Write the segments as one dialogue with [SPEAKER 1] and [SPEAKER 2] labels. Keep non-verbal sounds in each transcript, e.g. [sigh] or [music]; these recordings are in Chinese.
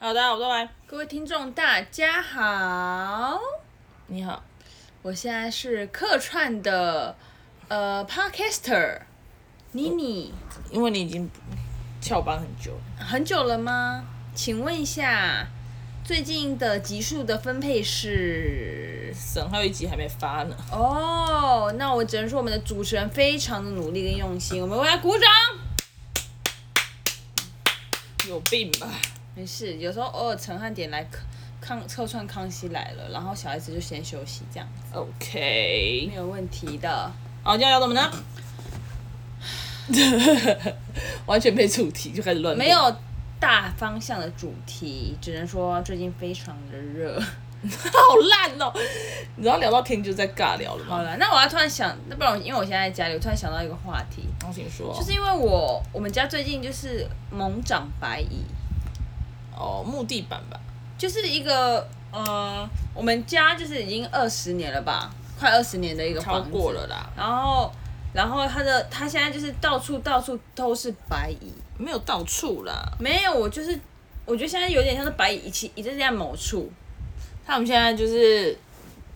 [SPEAKER 1] 好的，我都来。
[SPEAKER 2] 各位听众，大家好，
[SPEAKER 1] 你好，
[SPEAKER 2] 我现在是客串的呃 podcaster 妮妮，
[SPEAKER 1] 因为你已经翘班很久了，
[SPEAKER 2] 很久了吗？请问一下，最近的集数的分配是？
[SPEAKER 1] 省还有一集还没发呢。
[SPEAKER 2] 哦，那我只能说我们的主持人非常的努力跟用心，我们为他鼓掌。
[SPEAKER 1] 有病吧？
[SPEAKER 2] 没事，有时候偶尔陈汉典来客康客串《康熙来了》，然后小孩子就先休息，这样
[SPEAKER 1] OK，
[SPEAKER 2] 没有问题的。
[SPEAKER 1] 好，今天聊什么呢？ [laughs] 完全没主题就开始乱。
[SPEAKER 2] 没，有大方向的主题，只能说最近非常的热。
[SPEAKER 1] [laughs]
[SPEAKER 2] [laughs]
[SPEAKER 1] 好烂哦！你知道聊到天就在尬聊了吗？
[SPEAKER 2] 好，了，那我要突然想，那不然我因为我现在在家里，我突然想到一个话题，
[SPEAKER 1] 我请说。
[SPEAKER 2] 就是因为我我们家最近就是猛长白蚁，
[SPEAKER 1] 哦，木地板吧。
[SPEAKER 2] 就是一个呃，我们家就是已经二十年了吧，快二十年的一个
[SPEAKER 1] 超
[SPEAKER 2] 房子
[SPEAKER 1] 过了啦，
[SPEAKER 2] 然后然后它的它现在就是到处到处都是白蚁，
[SPEAKER 1] 没有到处啦。
[SPEAKER 2] 没有我就是我觉得现在有点像是白蚁一起一直在某处，
[SPEAKER 1] 他们现在就是 [laughs]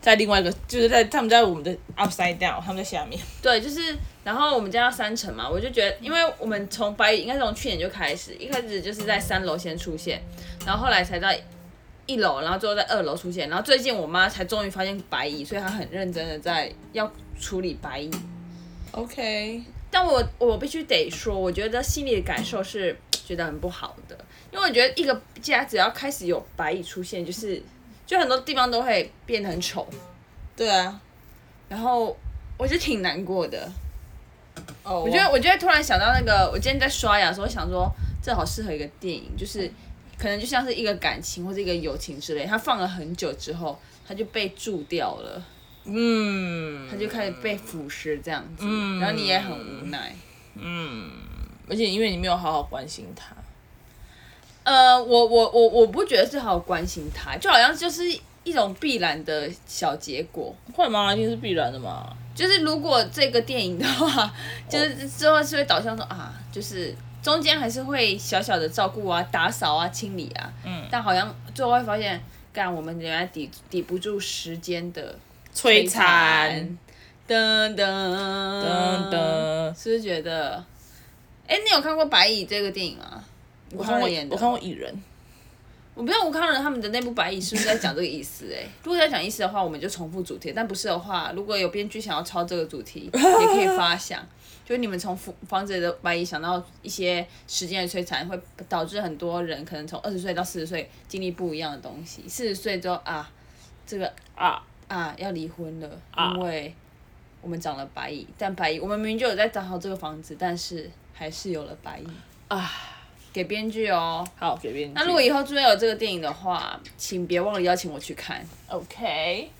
[SPEAKER 1] 在另外一个，就是在他们在我们的 upside down，他们在下面。
[SPEAKER 2] 对，就是，然后我们家要三层嘛，我就觉得，因为我们从白蚁应该从去年就开始，一开始就是在三楼先出现，然后后来才在一楼，然后最后在二楼出现，然后最近我妈才终于发现白蚁，所以她很认真的在要处理白蚁。
[SPEAKER 1] OK，
[SPEAKER 2] 但我我必须得说，我觉得心里的感受是觉得很不好的，因为我觉得一个家只要开始有白蚁出现，就是就很多地方都会变得很丑，
[SPEAKER 1] 对啊。
[SPEAKER 2] 然后我就挺难过的。
[SPEAKER 1] 哦，
[SPEAKER 2] 我觉得，我觉得突然想到那个，我今天在刷牙的时候想说，这好适合一个电影，就是可能就像是一个感情或者一个友情之类，它放了很久之后，它就被注掉了，
[SPEAKER 1] 嗯
[SPEAKER 2] 它就开始被腐蚀这样子，
[SPEAKER 1] 嗯
[SPEAKER 2] 然后你也很无奈。
[SPEAKER 1] 而且因为你没有好好关心他，
[SPEAKER 2] 呃，我我我我不觉得是好关心它，就好像就是一种必然的小结果。
[SPEAKER 1] 会吗？一定是必然的嘛。
[SPEAKER 2] 就是如果这个电影的话， [laughs] 就是之后是会导向说啊，就是中间还是会小小的照顾啊、打扫啊、清理啊，嗯，但好像最后会发现，干我们原来抵抵不住时间的
[SPEAKER 1] 摧残，，
[SPEAKER 2] 噔噔
[SPEAKER 1] 噔
[SPEAKER 2] 噔，
[SPEAKER 1] 噔。
[SPEAKER 2] 是不是觉得？哎、你有看过《白蚁》这个电影吗？
[SPEAKER 1] 我
[SPEAKER 2] 吴
[SPEAKER 1] 看
[SPEAKER 2] 康
[SPEAKER 1] 过
[SPEAKER 2] 仁演，的，
[SPEAKER 1] 我看过蚁人，
[SPEAKER 2] 我不知道吴康仁他们的那部《白蚁》是不是在讲这个意思、欸？哎，如果在讲意思的话，我们就重复主题；但不是的话，如果有编剧想要抄这个主题，也可以发想。就是你们从房房子里的白蚁想到一些时间的摧残，会导致很多人可能从二十岁到四十岁经历不一样的东西。四十岁之后啊，这个
[SPEAKER 1] 啊，
[SPEAKER 2] 啊要离婚了，
[SPEAKER 1] 啊
[SPEAKER 2] 因为我们长了白蚁，但白蚁我们明明就有在打好这个房子，但是还是有了白蚁
[SPEAKER 1] 啊。
[SPEAKER 2] 给编剧哦，
[SPEAKER 1] 好，给编剧。
[SPEAKER 2] 那如果以后真的有这个电影的话，请别忘了邀请我去看。
[SPEAKER 1] OK，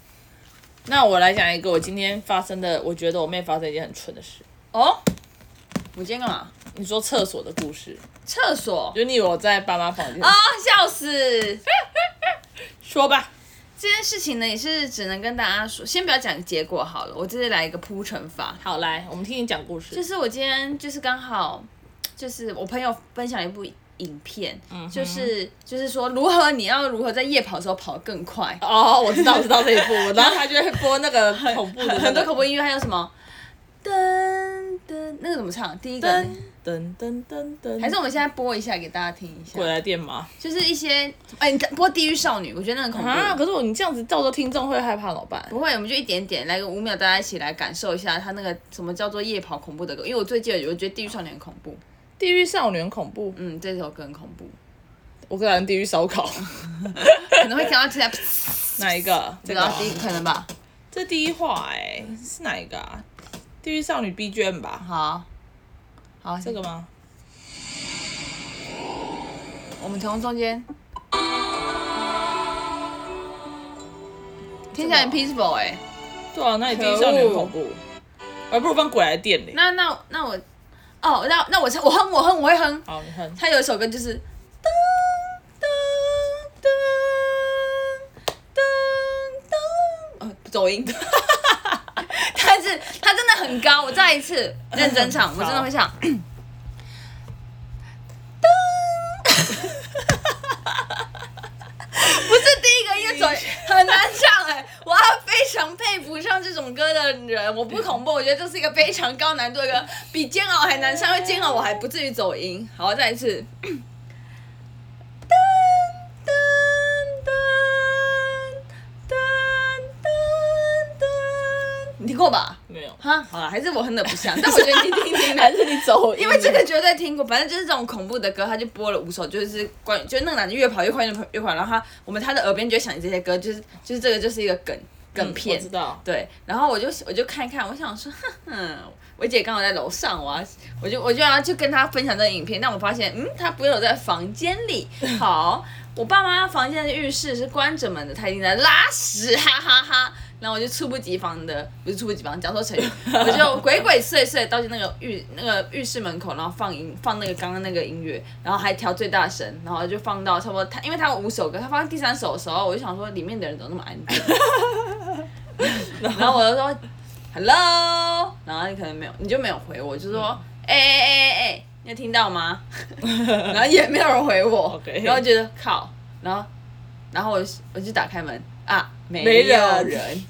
[SPEAKER 1] 那我来讲一个我今天发生的，我觉得我妹发生一件很蠢的事。
[SPEAKER 2] 哦，我今天干嘛？
[SPEAKER 1] 你说厕所的故事，
[SPEAKER 2] 厕所
[SPEAKER 1] 就你有在爸妈房间、
[SPEAKER 2] 啊、笑死！
[SPEAKER 1] 说吧。
[SPEAKER 2] 这件事情呢，也是只能跟大家说，先不要讲结果好了，我这是来一个铺陈法。
[SPEAKER 1] 好，来，我们听你讲故事。
[SPEAKER 2] 就是我今天就是刚好，就是我朋友分享一部影片，就是就是说如何你要如何在夜跑的时候跑得更快，
[SPEAKER 1] 哦，我知道，我知道这一
[SPEAKER 2] [laughs]
[SPEAKER 1] 部，然后他就会播那个恐怖的、
[SPEAKER 2] 很多恐怖音乐，还有什么噔噔，那个怎么唱？第一个
[SPEAKER 1] 噔噔噔噔噔，
[SPEAKER 2] 还是我们现在播一下给大家听一下
[SPEAKER 1] 回。来电吗？
[SPEAKER 2] 就是一些，哎、你播《地狱少女》，我觉得那很恐怖。
[SPEAKER 1] 啊，可是我你这样子，到时候听众会害怕怎么办？
[SPEAKER 2] 不会，我们就一点点来个五秒，大家一起来感受一下它那个什么叫做夜跑恐怖的歌。因为我最近有我觉得《地狱少女》很恐怖，
[SPEAKER 1] 地狱少女很恐怖，
[SPEAKER 2] 嗯，这首歌很恐怖，
[SPEAKER 1] 我个人地狱烧烤
[SPEAKER 2] 可能会听到听到，
[SPEAKER 1] 哪一个？这个
[SPEAKER 2] 然
[SPEAKER 1] 啊
[SPEAKER 2] 后第一可能吧。
[SPEAKER 1] 这第一话哎、是哪一个啊？地狱少女 B 卷吧？
[SPEAKER 2] 好，好，
[SPEAKER 1] 这个吗？
[SPEAKER 2] 我们从中间，听起来很 peaceful 哎、
[SPEAKER 1] 对啊，那你地狱少女很恐怖，我还不如放鬼来电嘞。
[SPEAKER 2] 那那那我，哦，那那我唱，我哼，我哼，我会哼。
[SPEAKER 1] 好，你看，
[SPEAKER 2] 他有一首歌就是噔噔噔噔噔，呃，走音。 [laughs] 但是它真的很高，我再一次认真唱，我真的会唱。噔，很难唱哎、我要非常佩服唱这种歌的人。我不恐怖，我觉得这是一个非常高难度的歌，比煎熬还难唱，因为煎熬我还不至于走音。好，再一次。噔噔噔噔噔噔，你听过吧？
[SPEAKER 1] 没有，
[SPEAKER 2] 哈，好了，还是我哼的不像，但我觉得你
[SPEAKER 1] [laughs]
[SPEAKER 2] 听听
[SPEAKER 1] 还
[SPEAKER 2] 的。
[SPEAKER 1] 是你走音？
[SPEAKER 2] 因为这个绝对听过，反正就是这种恐怖的歌，他就播了五首，就是关于，就是那个男的越跑越快，越跑越快，然后他我们他的耳边就会响起这些歌，就是就是这个就是一个梗梗
[SPEAKER 1] 片
[SPEAKER 2] 片，
[SPEAKER 1] 嗯知道。
[SPEAKER 2] 对，然后我就我就看一看，我想说，哼哼，我姐刚好在楼上，我要我就我就要去跟她分享这个影片，但我发现，嗯，她不有在房间里。好，我爸妈房间的浴室是关着门的，她一定在拉屎，哈哈哈然后我就猝不及防的，不是猝不及防，讲错成语，我就鬼鬼祟祟地到去那个浴那个浴室门口，然后放音放那个刚刚那个音乐，然后还调最大声，然后就放到差不多他，因为他有五首歌，他放到第三首的时候，我就想说里面的人怎么那么安静。然后我就说 hello，然后你可能没有，你就没有回我，就说
[SPEAKER 1] 嗯
[SPEAKER 2] 哎哎哎哎哎，你有听到吗？然后也没有人回我
[SPEAKER 1] [laughs] OK
[SPEAKER 2] 然后觉得靠，然后然后我就我就打开门啊，没
[SPEAKER 1] 没人
[SPEAKER 2] 有人。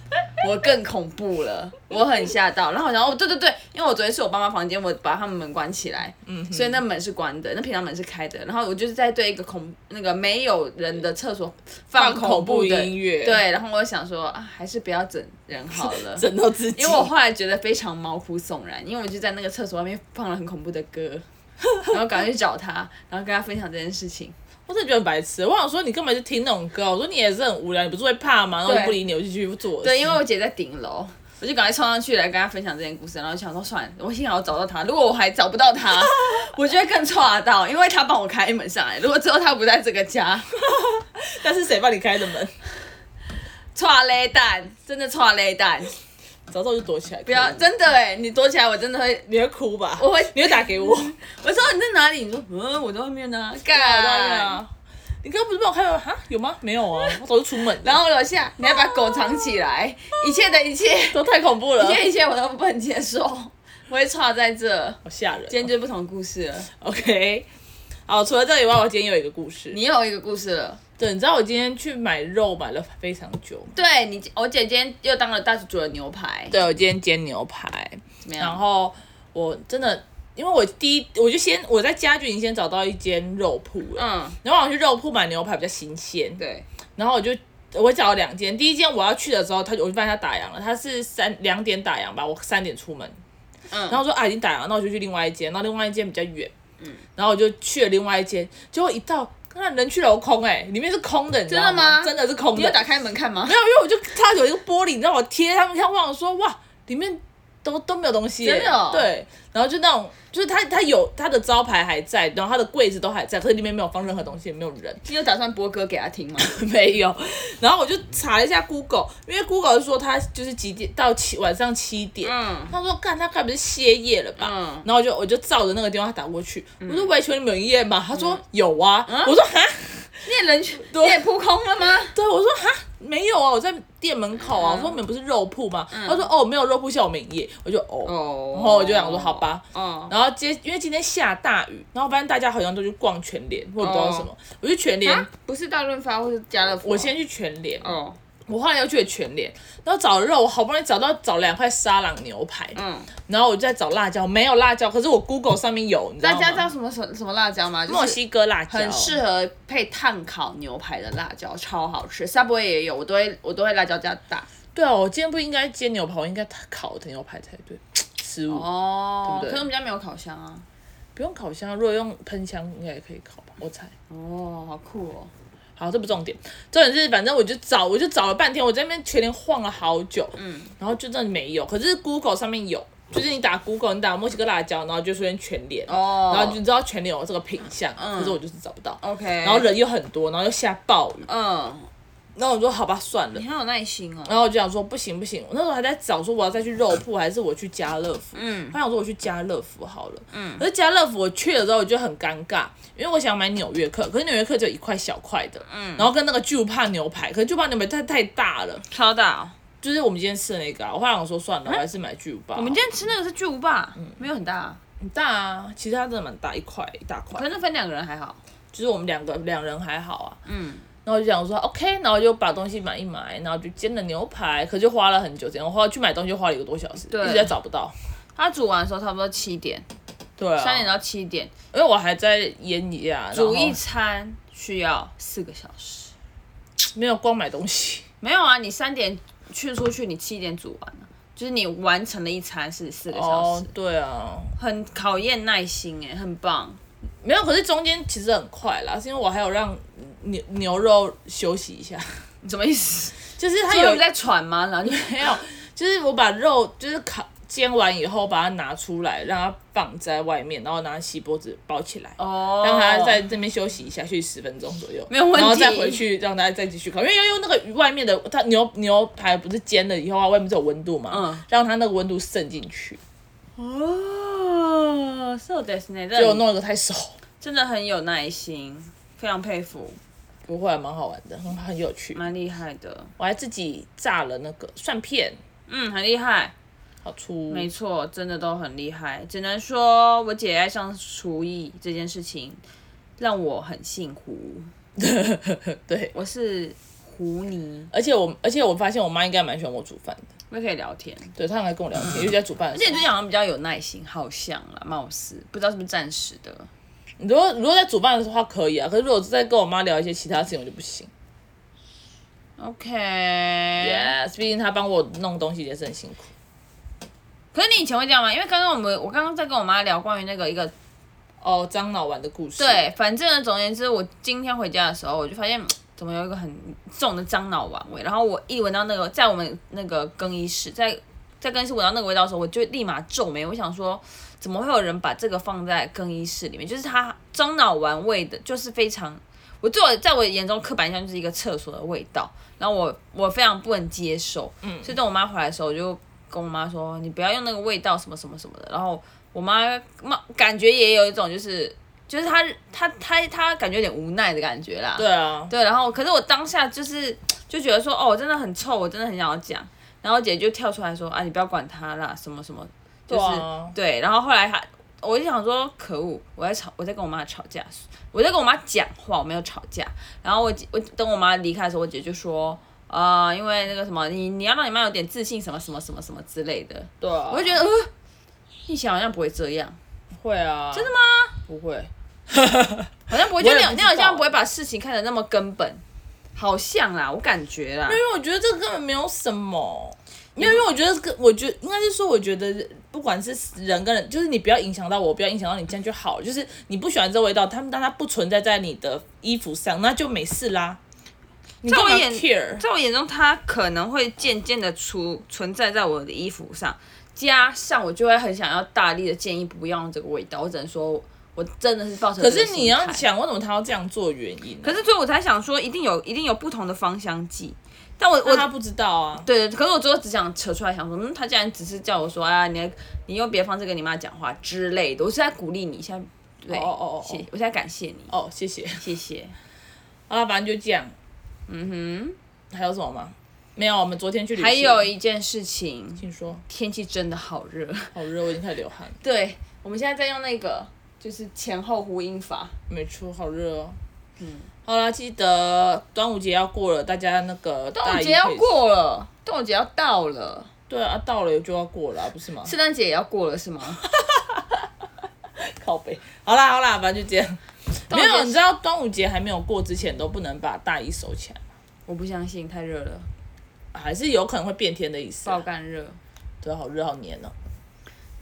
[SPEAKER 2] 我更恐怖了，我很吓到。然后我想，哦，对对对，因为我昨天是我爸妈房间，我把他们门关起来，
[SPEAKER 1] 嗯
[SPEAKER 2] 所以那门是关的，那平常门是开的。然后我就是在对一个恐那个没有人的厕所放
[SPEAKER 1] 放恐
[SPEAKER 2] 恐
[SPEAKER 1] 怖
[SPEAKER 2] 怖的
[SPEAKER 1] 音乐
[SPEAKER 2] 对。然后我想说啊，还是不要整人好
[SPEAKER 1] [laughs] ，
[SPEAKER 2] 了
[SPEAKER 1] 整到自己，
[SPEAKER 2] 因为我后来觉得非常毛骨悚然，因为我就在那个厕所外面放了很恐怖的歌， [laughs] 然后赶快去找他，然后跟他分享这件事情。
[SPEAKER 1] 我真的觉得很白痴。我想说你根本就听那种歌，我说你也是很无聊，你不是会怕吗？然后
[SPEAKER 2] 对
[SPEAKER 1] 你不理你，我就继续做我的事。
[SPEAKER 2] 对，因为我姐在顶楼，我就赶快冲上去来跟她分享这件故事，然后想说算了，我幸好找到她，如果我还找不到她， [laughs] 我就会更错到，因为她帮我开门上来，如果之后她不在这个家，
[SPEAKER 1] 但是谁帮你开的门？
[SPEAKER 2] 错雷蛋，真的错雷蛋，
[SPEAKER 1] 早知道我就躲起来。
[SPEAKER 2] 不要真的哎、你躲起来我真的会。
[SPEAKER 1] 你会哭吧？
[SPEAKER 2] 我会
[SPEAKER 1] 你会打给我。
[SPEAKER 2] 我说你在哪里？你说嗯，我在外面呢、
[SPEAKER 1] [laughs]
[SPEAKER 2] 啊，
[SPEAKER 1] 对
[SPEAKER 2] 干。
[SPEAKER 1] 啊，你刚刚不是帮我开门哈？有吗？没有 [laughs] 啊，我早就出门了。
[SPEAKER 2] 然后楼下你还把狗藏起来，一切的一切，
[SPEAKER 1] 都太恐怖了
[SPEAKER 2] 一，切一切我都不能接受，哦我会错在这。
[SPEAKER 1] [laughs] 好吓人哦。
[SPEAKER 2] 今天就是不同故事了，
[SPEAKER 1] OK，好，除了这以外，我今天有一个故事。
[SPEAKER 2] 你又有一个故事了。
[SPEAKER 1] 对，你知道我今天去买肉买了非常久吗？
[SPEAKER 2] 对你，我姐今天又当了大厨煮了牛排，
[SPEAKER 1] 对，我今天煎牛排，
[SPEAKER 2] 怎么
[SPEAKER 1] 然
[SPEAKER 2] 样？
[SPEAKER 1] 后我真的，因为我第一我就先我在家就已经先找到一间肉铺了，
[SPEAKER 2] 嗯，
[SPEAKER 1] 然后我去肉铺买牛排比较新鲜，
[SPEAKER 2] 对，
[SPEAKER 1] 然后我就我找了两间，第一间我要去的时候，他就我就发现他打烊了，他是三两点打烊吧，我三点出门，
[SPEAKER 2] 嗯
[SPEAKER 1] 然后我说啊已经打烊了，那我就去另外一间，然后另外一间比较远，
[SPEAKER 2] 嗯
[SPEAKER 1] 然后我就去了另外一间，结果一到那人去楼空哎、里面是空的，你知道
[SPEAKER 2] 真的吗
[SPEAKER 1] 真的是空
[SPEAKER 2] 你
[SPEAKER 1] 的
[SPEAKER 2] 有，打开门看吗
[SPEAKER 1] 没？有，因为我就它有一个玻璃，你知道我贴上去看，我想说哇，里面都都没有东西耶，
[SPEAKER 2] 真的哦
[SPEAKER 1] 对，然后就那种，就是它它有它的招牌还在，然后它的柜子都还在，可是里面没有放任何东西，也没有人，
[SPEAKER 2] [laughs] 你有打算播歌给他听 [laughs] 吗？
[SPEAKER 1] [laughs] 没有。然后我就查了一下 Google，因为 Google 说它就是几点到七晚上七点，
[SPEAKER 2] 嗯
[SPEAKER 1] 他说干，他该不是歇业了吧？
[SPEAKER 2] 嗯
[SPEAKER 1] 然后我就我就照着那个电话打过去，我说喂，请问你们有营业吗？他说、
[SPEAKER 2] 嗯
[SPEAKER 1] 有啊，我说哈。
[SPEAKER 2] 你也人去，你也扑空了吗？
[SPEAKER 1] 对，我说哈没有啊，我在店门口
[SPEAKER 2] 嗯
[SPEAKER 1] 啊。我说你们不是肉铺吗？他说哦没有肉铺，下午营业。我就哦，
[SPEAKER 2] 哦
[SPEAKER 1] 然后我就想说好，吧。
[SPEAKER 2] 哦，
[SPEAKER 1] 然后接因为今天下大雨，然后发现大家好像都去逛全联或者不知
[SPEAKER 2] 哦
[SPEAKER 1] 道什么，我去全联，
[SPEAKER 2] 啊，不是大润发或是家乐福，啊
[SPEAKER 1] 我先去全联，
[SPEAKER 2] 哦，
[SPEAKER 1] 我后来又去了全联，然后找肉，我好不容易找到找两块沙朗牛排，
[SPEAKER 2] 嗯，
[SPEAKER 1] 然后我就在找辣椒，没有辣椒，可是我 Google 上面有，你知道
[SPEAKER 2] 大
[SPEAKER 1] 吗？
[SPEAKER 2] 家知道什么什什么辣椒吗？就是
[SPEAKER 1] 墨西哥辣椒，
[SPEAKER 2] 很适合配炭烤牛排的辣椒，超好吃。Subway 也有，我都会我都会辣椒加大。
[SPEAKER 1] 对啊，我今天不应该煎牛排，我应该烤的牛排才对，失误。
[SPEAKER 2] 哦，
[SPEAKER 1] 对不对
[SPEAKER 2] 可是我们家没有烤箱啊。
[SPEAKER 1] 不用烤箱，如果用喷枪应该也可以烤吧，我猜。
[SPEAKER 2] 哦，好酷哦。
[SPEAKER 1] 好，这不重点，重点是反正我就找，我就找了半天，我在那边全联晃了好久，嗯，然后就真的没有，可是 Google 上面有，就是你打 Google，你打墨西哥辣椒，然后就出现全联，
[SPEAKER 2] 哦
[SPEAKER 1] 然后你就知道全联有这个品相，可是我就是找不到，
[SPEAKER 2] OK。
[SPEAKER 1] 然后人又很多，然后又下暴雨，
[SPEAKER 2] 嗯，
[SPEAKER 1] 然后我说好吧，算了
[SPEAKER 2] 你。很有耐心哦。
[SPEAKER 1] 然后我就想说不行不行，我那时候还在找说我要再去肉铺还是我去家乐福，嗯，他想说我去家乐福好了，嗯，可是家乐福我去了之后我就很尴尬，因为我想买纽约客，可是纽约客只有一块小块的，嗯，然后跟那个巨无霸牛排，可是巨无霸牛排太太大了，
[SPEAKER 2] 超大。哦
[SPEAKER 1] 就是我们今天吃的那个、啊，我后来想说算了，我还是买巨无霸，
[SPEAKER 2] 我们今天吃那个是巨无霸，没有很大啊，
[SPEAKER 1] 很大啊，其实它真的蛮大一块一大块
[SPEAKER 2] 可，是那分两个人还好。
[SPEAKER 1] 就是我们两个两人还好啊，嗯，然后我就想说 OK，然后就把东西买一买，然后就煎了牛排，可就花了很久时间，我花去买东西就花了一个多小时，
[SPEAKER 2] 对
[SPEAKER 1] 一直在找不到。
[SPEAKER 2] 他煮完的时候差不多七点，
[SPEAKER 1] 对啊，
[SPEAKER 2] 三点到七点，
[SPEAKER 1] 因为我还在研一下，
[SPEAKER 2] 煮
[SPEAKER 1] 然后
[SPEAKER 2] 一餐需要四个小时。
[SPEAKER 1] 没有光买东西，
[SPEAKER 2] 没有啊，你三点去出去，你七点煮完了，就是你完成了一餐是四个
[SPEAKER 1] [laughs]
[SPEAKER 2] 小
[SPEAKER 1] 哦
[SPEAKER 2] 时，，
[SPEAKER 1] 对啊，
[SPEAKER 2] 很考验耐心哎、很棒。
[SPEAKER 1] 没有，可是中间其实很快啦，是因为我还有让牛牛肉休息一下， [laughs]
[SPEAKER 2] 什么意思？
[SPEAKER 1] 就是它
[SPEAKER 2] 他有
[SPEAKER 1] 有
[SPEAKER 2] 在喘吗？然后就
[SPEAKER 1] 没有，就是我把肉就是烤煎完以后，把它拿出来，让它放在外面，然后拿锡箔纸包起来。
[SPEAKER 2] [laughs] 哦，
[SPEAKER 1] 让它在这边休息一下，休息十分钟左右，
[SPEAKER 2] 没有问题
[SPEAKER 1] 然后再回去让它再继续烤，因为要用那个外面的，它牛牛排不是煎了以后啊，外面是有温度嘛，
[SPEAKER 2] 嗯
[SPEAKER 1] 让它那个温度渗进去。
[SPEAKER 2] 哦，so t h i s
[SPEAKER 1] 结果弄一个太熟，
[SPEAKER 2] 真的很有耐心，非常佩服，
[SPEAKER 1] 不会，蛮好玩的，很很有趣。
[SPEAKER 2] 蛮厉害的。
[SPEAKER 1] 我还自己炸了那个蒜片，
[SPEAKER 2] 嗯，很厉害，
[SPEAKER 1] 好粗。
[SPEAKER 2] 没错，真的都很厉害。只能说我姐爱上厨艺这件事情，让我很幸福。
[SPEAKER 1] 对，
[SPEAKER 2] 我是胡妮，
[SPEAKER 1] 而且我而且我发现我妈应该蛮喜欢我煮饭的，
[SPEAKER 2] 我也可以聊天，
[SPEAKER 1] 对她很爱跟我聊天，尤其在煮饭的
[SPEAKER 2] 而
[SPEAKER 1] 时
[SPEAKER 2] 且
[SPEAKER 1] 候。
[SPEAKER 2] 你最近好像比较有耐心，好像啦，貌似不知道是不是暂时的。
[SPEAKER 1] 你如果如果在煮饭的话可以啊，可是如果在跟我妈聊一些其他事情我就不行。
[SPEAKER 2] OK，、
[SPEAKER 1] Yes，毕竟她帮我弄东西也是很辛苦。
[SPEAKER 2] 可是你以前会这样吗？因为刚刚我们我刚刚在跟我妈聊关于那个一个
[SPEAKER 1] 哦，樟脑丸的故事。
[SPEAKER 2] 对，反正呢，总而言之，我今天回家的时候，我就发现怎么有一个很重的樟脑丸味，然后我一闻到那个，在我们那个更衣室，在在更衣室闻到那个味道的时候，我就立马皱眉，我想说，怎么会有人把这个放在更衣室里面？就是它樟脑丸味的，就是非常。我对我在我眼中刻板印象就是一个厕所的味道，然后我我非常不能接受，嗯，所以等我妈回来的时候，我就跟我妈说，你不要用那个味道什么什么什么的，然后我妈妈感觉也有一种就是就是他他他他感觉有点无奈的感觉啦。
[SPEAKER 1] 对啊，
[SPEAKER 2] 对然后可是我当下就是就觉得说，哦，真的很臭，我真的很想要讲。然后姐就跳出来说，啊，你不要管他啦，什么什么，就是
[SPEAKER 1] 对啊
[SPEAKER 2] 对。然后后来他，我就想说，可恶，我在吵，我在跟我妈吵架，我在跟我妈讲话，我没有吵架。然后我姐我等我妈离开的时候，我姐就说。啊、因为那个什么，你你要让你妈有点自信，什么什么什么什么之类的，
[SPEAKER 1] 对啊，
[SPEAKER 2] 我就觉得，呃，以前好像不会这样，
[SPEAKER 1] 会啊。真的吗？不会，
[SPEAKER 2] 好像不会，就
[SPEAKER 1] 我
[SPEAKER 2] 你
[SPEAKER 1] 也
[SPEAKER 2] 好
[SPEAKER 1] 不
[SPEAKER 2] 你
[SPEAKER 1] 知道
[SPEAKER 2] 好像不会把事情看得那么根本，好像啦，我感觉啦
[SPEAKER 1] 因，为我觉得这个根本没有什么。没有，因为我觉得跟我觉得应该是说，我觉得不管是人跟人，就是你不要影响到我，不要影响到你，这样就好。就是你不喜欢这味道，他们当它不存在在你的衣服上，那就没事啦。你
[SPEAKER 2] 在
[SPEAKER 1] 干
[SPEAKER 2] 我
[SPEAKER 1] 嘛
[SPEAKER 2] 眼
[SPEAKER 1] care？
[SPEAKER 2] 在我眼中，它可能会渐渐的出存在在我的衣服上，加上我就会很想要大力的建议不要用这个味道，我只能说我真的是抱着
[SPEAKER 1] 可
[SPEAKER 2] 这个
[SPEAKER 1] 是
[SPEAKER 2] 心
[SPEAKER 1] 你要
[SPEAKER 2] 态
[SPEAKER 1] 想，为什么他要这样做？原因呢？
[SPEAKER 2] 可是所以我才想说，一定有一定有不同的芳香剂，但我我
[SPEAKER 1] 那他不知道啊。
[SPEAKER 2] 对，可是我最后只想扯出来，想说，嗯，他竟然只是叫我说，啊，你你又别放这个你妈讲话之类的，我是在鼓励你，现在对，
[SPEAKER 1] 哦哦哦哦
[SPEAKER 2] 谢，我现在感谢你，
[SPEAKER 1] 哦，谢谢。
[SPEAKER 2] 谢谢。
[SPEAKER 1] 好了，反正就这样。嗯哼，还有什么吗？没有，我们昨天去旅行。
[SPEAKER 2] 还有，一件事情，
[SPEAKER 1] 请说。
[SPEAKER 2] 天气真的好热，
[SPEAKER 1] 好热，我已经开始流汗。
[SPEAKER 2] 对我们现在在用那个就是前后呼应法，
[SPEAKER 1] 没错，好热哦。嗯，好啦，记得端午节要过了，大家那个
[SPEAKER 2] 端
[SPEAKER 1] 大
[SPEAKER 2] 午
[SPEAKER 1] 衣
[SPEAKER 2] 节要
[SPEAKER 1] 可以，
[SPEAKER 2] 过了，端午节要到了，
[SPEAKER 1] 对啊，到了就要过了啊、不是吗？
[SPEAKER 2] 圣诞节也要过了是吗？
[SPEAKER 1] [laughs] 靠背。好啦好啦，反正就这样。没
[SPEAKER 2] 端午
[SPEAKER 1] 有，
[SPEAKER 2] 节
[SPEAKER 1] 你知道端午节还没有过之前都不能把大衣收起来，
[SPEAKER 2] 我不相信，太热了，
[SPEAKER 1] 还是有可能会变天的意思啊、
[SPEAKER 2] 爆干热。
[SPEAKER 1] 对，好热好黏哦。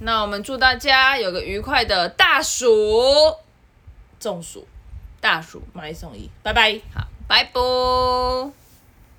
[SPEAKER 2] 那我们祝大家有个愉快的大暑，
[SPEAKER 1] 中暑
[SPEAKER 2] 大暑，
[SPEAKER 1] 买一送一，拜拜。
[SPEAKER 2] 好，拜拜。